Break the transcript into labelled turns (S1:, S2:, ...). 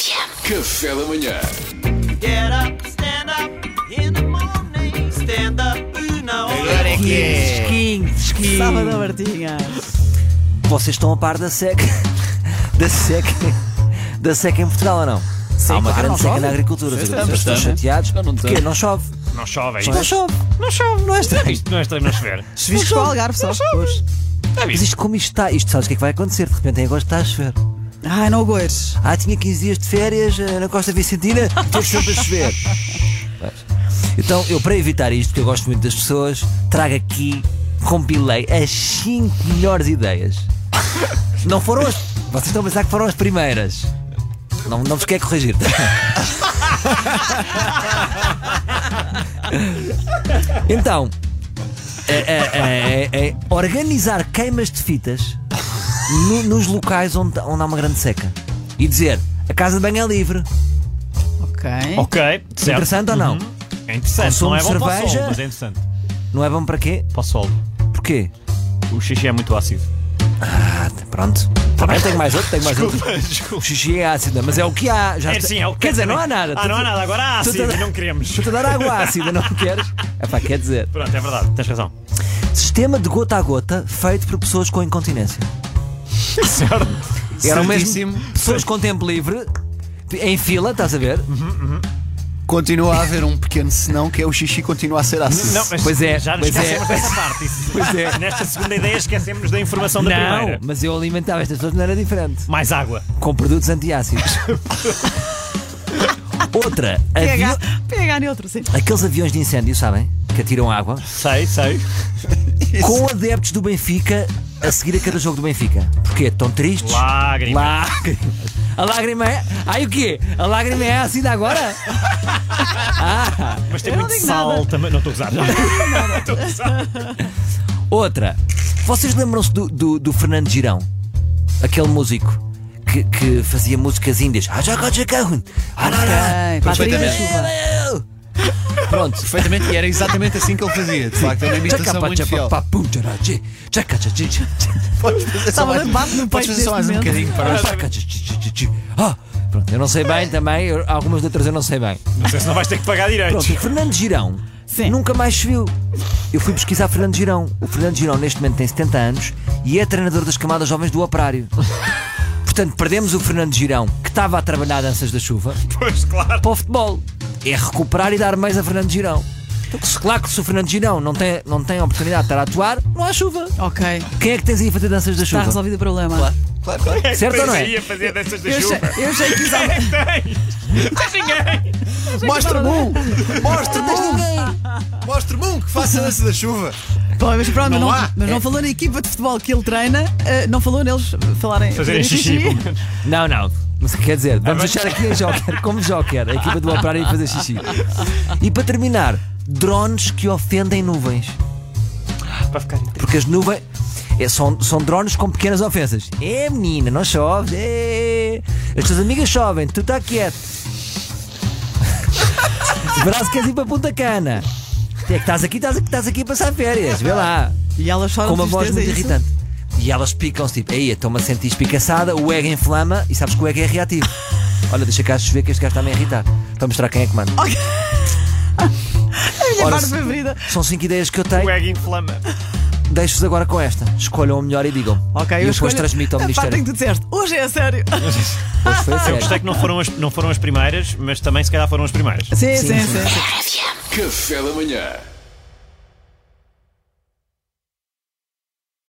S1: Café da manhã.
S2: Get up, stand up in the morning. Stand up na hora.
S3: é que é.
S4: Sábado, Martinhas.
S5: Vocês estão a par da seca. Da seca. Da seca em Portugal ou não? Há uma
S4: claro, não
S5: grande seca
S4: chove.
S5: na agricultura. Os
S4: estamos,
S5: agricultores estão
S3: estamos.
S5: chateados.
S3: Não, não
S5: Porquê?
S3: estamos.
S5: Não chove.
S3: Não chove, é
S5: Não
S3: isto.
S5: chove.
S3: Não chove, não é estranho. Isto não é estranho não chover.
S4: Chevisco para o Algarve só. Pois.
S3: Está
S5: Mas
S3: visto?
S5: isto como isto está? Isto sabes o que é que vai acontecer? De repente em agosto está a chover.
S4: Ai, não goires.
S5: Ah, tinha 15 dias de férias eh, na Costa Vicentina, estou sempre a chover. Pois. Então, eu para evitar isto, que eu gosto muito das pessoas, trago aqui, compilei as 5 melhores ideias. Não foram as. Vocês estão a pensar que foram as primeiras. Não, não vos quero corrigir. Então, é, é, é, é, é organizar queimas de fitas no- nos locais onde, onde há uma grande seca e dizer a casa de banho é livre.
S4: Ok.
S3: Ok, certo.
S5: Interessante ou não?
S3: É interessante,
S5: Consumo
S3: não é bom
S5: de
S3: para o sol,
S5: cerveja.
S3: mas é interessante.
S5: Não é bom para quê?
S3: Para o sol.
S5: Porquê?
S3: O xixi é muito ácido.
S5: Ah, t- pronto. Também tenho mais outro, tenho mais outro. O
S3: Desculpa.
S5: xixi é ácido, mas é o que há. Já
S3: É,
S5: está-
S3: sim, é o que
S5: Quer dizer, não há nada.
S3: Ah, não há nada, agora há
S5: tu-
S3: ácido,
S5: tu-
S3: não queremos.
S5: Estou-te a dar água ácida, não queres? É pá, quer dizer.
S3: Pronto, é verdade, tens razão.
S5: Sistema de gota a gota feito por pessoas com incontinência. Certo. Eram mesmo
S6: Certíssimo.
S5: pessoas com tempo livre, em fila, estás a ver?
S6: Continua a haver um pequeno senão que é o xixi continua a ser ácido.
S3: Não, mas
S5: Pois é,
S3: já nos
S5: pois é.
S3: esquecemos dessa parte. Isso-
S5: Pois é.
S3: Nesta segunda ideia esquecemos da informação da primeira.
S5: mas eu alimentava estas pessoas de maneira diferente.
S3: Mais água.
S5: Com produtos antiácidos. Outra, avi-
S4: PH, PH neutro, sim.
S5: aqueles aviões de incêndio, sabem? Que atiram água.
S3: Sei, sei.
S5: Com adeptos do Benfica a seguir a cada jogo do Benfica. Porquê? Estão tristes?
S3: Lágrimas.
S5: Lágrimas. A lágrima é. Ai o quê? A lágrima é ácida agora?
S3: Mas tem
S4: Eu não
S3: muito
S4: digo
S3: sal
S4: nada.
S3: também. Não estou a usar.
S5: Outra. Vocês lembram-se do, do, do Fernando Girão? Aquele músico que, que fazia músicas índias. Ah, já gosto de carro. Ah, não, não.
S4: Ok. Para a trilha da chuva.
S5: Pronto.
S6: Perfeitamente, e era exatamente assim que ele fazia. De facto, era uma imitação
S5: Tchacapa,
S6: muito fiel.
S5: tchacapa, pum, tcharachi, tchaca, tchachi, tchachi,
S4: Estava a bate no peito
S6: Podes fazer
S4: neste
S6: só mais um
S4: momento.
S6: bocadinho para
S5: tchaca, tchachi, tchachi, tchachi. Ah, Pronto, eu não sei bem também, eu- algumas letras eu não sei bem.
S3: Não sei se não vais ter que pagar direitos.
S5: Pronto, o Fernando Girão
S4: Sim.
S5: nunca mais se viu. Eu fui pesquisar Fernando Girão. O Fernando Girão neste momento tem 70 anos e é treinador das camadas jovens do Operário. Portanto, perdemos o Fernando Girão, que estava a trabalhar danças da chuva,
S3: Pois, claro.
S5: para o futebol. É recuperar e dar mais a Fernando Girão. Então, se- Claro que se o Fernando Girão não tem, não tem a oportunidade de estar a atuar, não há chuva.
S4: Ok.
S5: Quem é que tens aí a fazer danças da
S4: Está
S5: chuva?
S4: resolvido o problema.
S6: Claro, claro.
S5: Certo ou não é?
S3: ia fazer dessas da
S4: Eu
S3: chuva.
S4: sei, eu sei que usava.
S6: Mostra-me um! Mostra-me um! Mostra-me um que faça dança da chuva!
S4: Bom, mas pronto,
S6: Não
S4: não,
S6: há.
S4: mas não falou na equipa de futebol que ele treina, eh, não falou neles falarem.
S3: Fazerem xixi. pelo menos.
S5: Não, não. Mas quer dizer, vamos
S3: mas-
S5: deixar aqui a Joker, como Joker, a equipa do Operário e fazer xixi. E para terminar, drones que ofendem nuvens.
S3: Para ficar
S5: Porque as nuvens. é, são, são drones com pequenas ofensas. É menina, não chove. É. As tuas amigas chovem, tu está quieto. Braço queres ir para Punta Cana. É que estás aqui, estás aqui, estás aqui a passar férias, vê lá
S4: E ela chora
S5: com uma
S4: de
S5: voz
S4: tristeza,
S5: muito
S4: é isso?
S5: irritante. E elas picam-se tipo, aí estou-me a sentir espicaçada, o ego inflama e sabes que o ego é reativo. Olha, deixa cá chover que este gajo está-me a irritar. Para mostrar quem é que manda.
S4: A minha
S5: Ora,
S4: parte
S5: se-
S4: favorita.
S5: São cinco ideias que eu
S3: O
S5: tenho.
S3: egg inflama.
S5: Deixo-vos agora com esta. Escolham a melhor e digam.
S4: Ok,
S5: e
S4: eu
S5: depois
S4: escolho-
S5: transmito ao
S4: a parte em
S5: Ministério.
S4: que tu disseste, hoje é a sério.
S5: Depois foi a sério.
S3: Gostei que é não foram, as, não foram as primeiras, mas também se calhar foram as primeiras.
S4: sim, sim. sim.
S1: Café da manhã.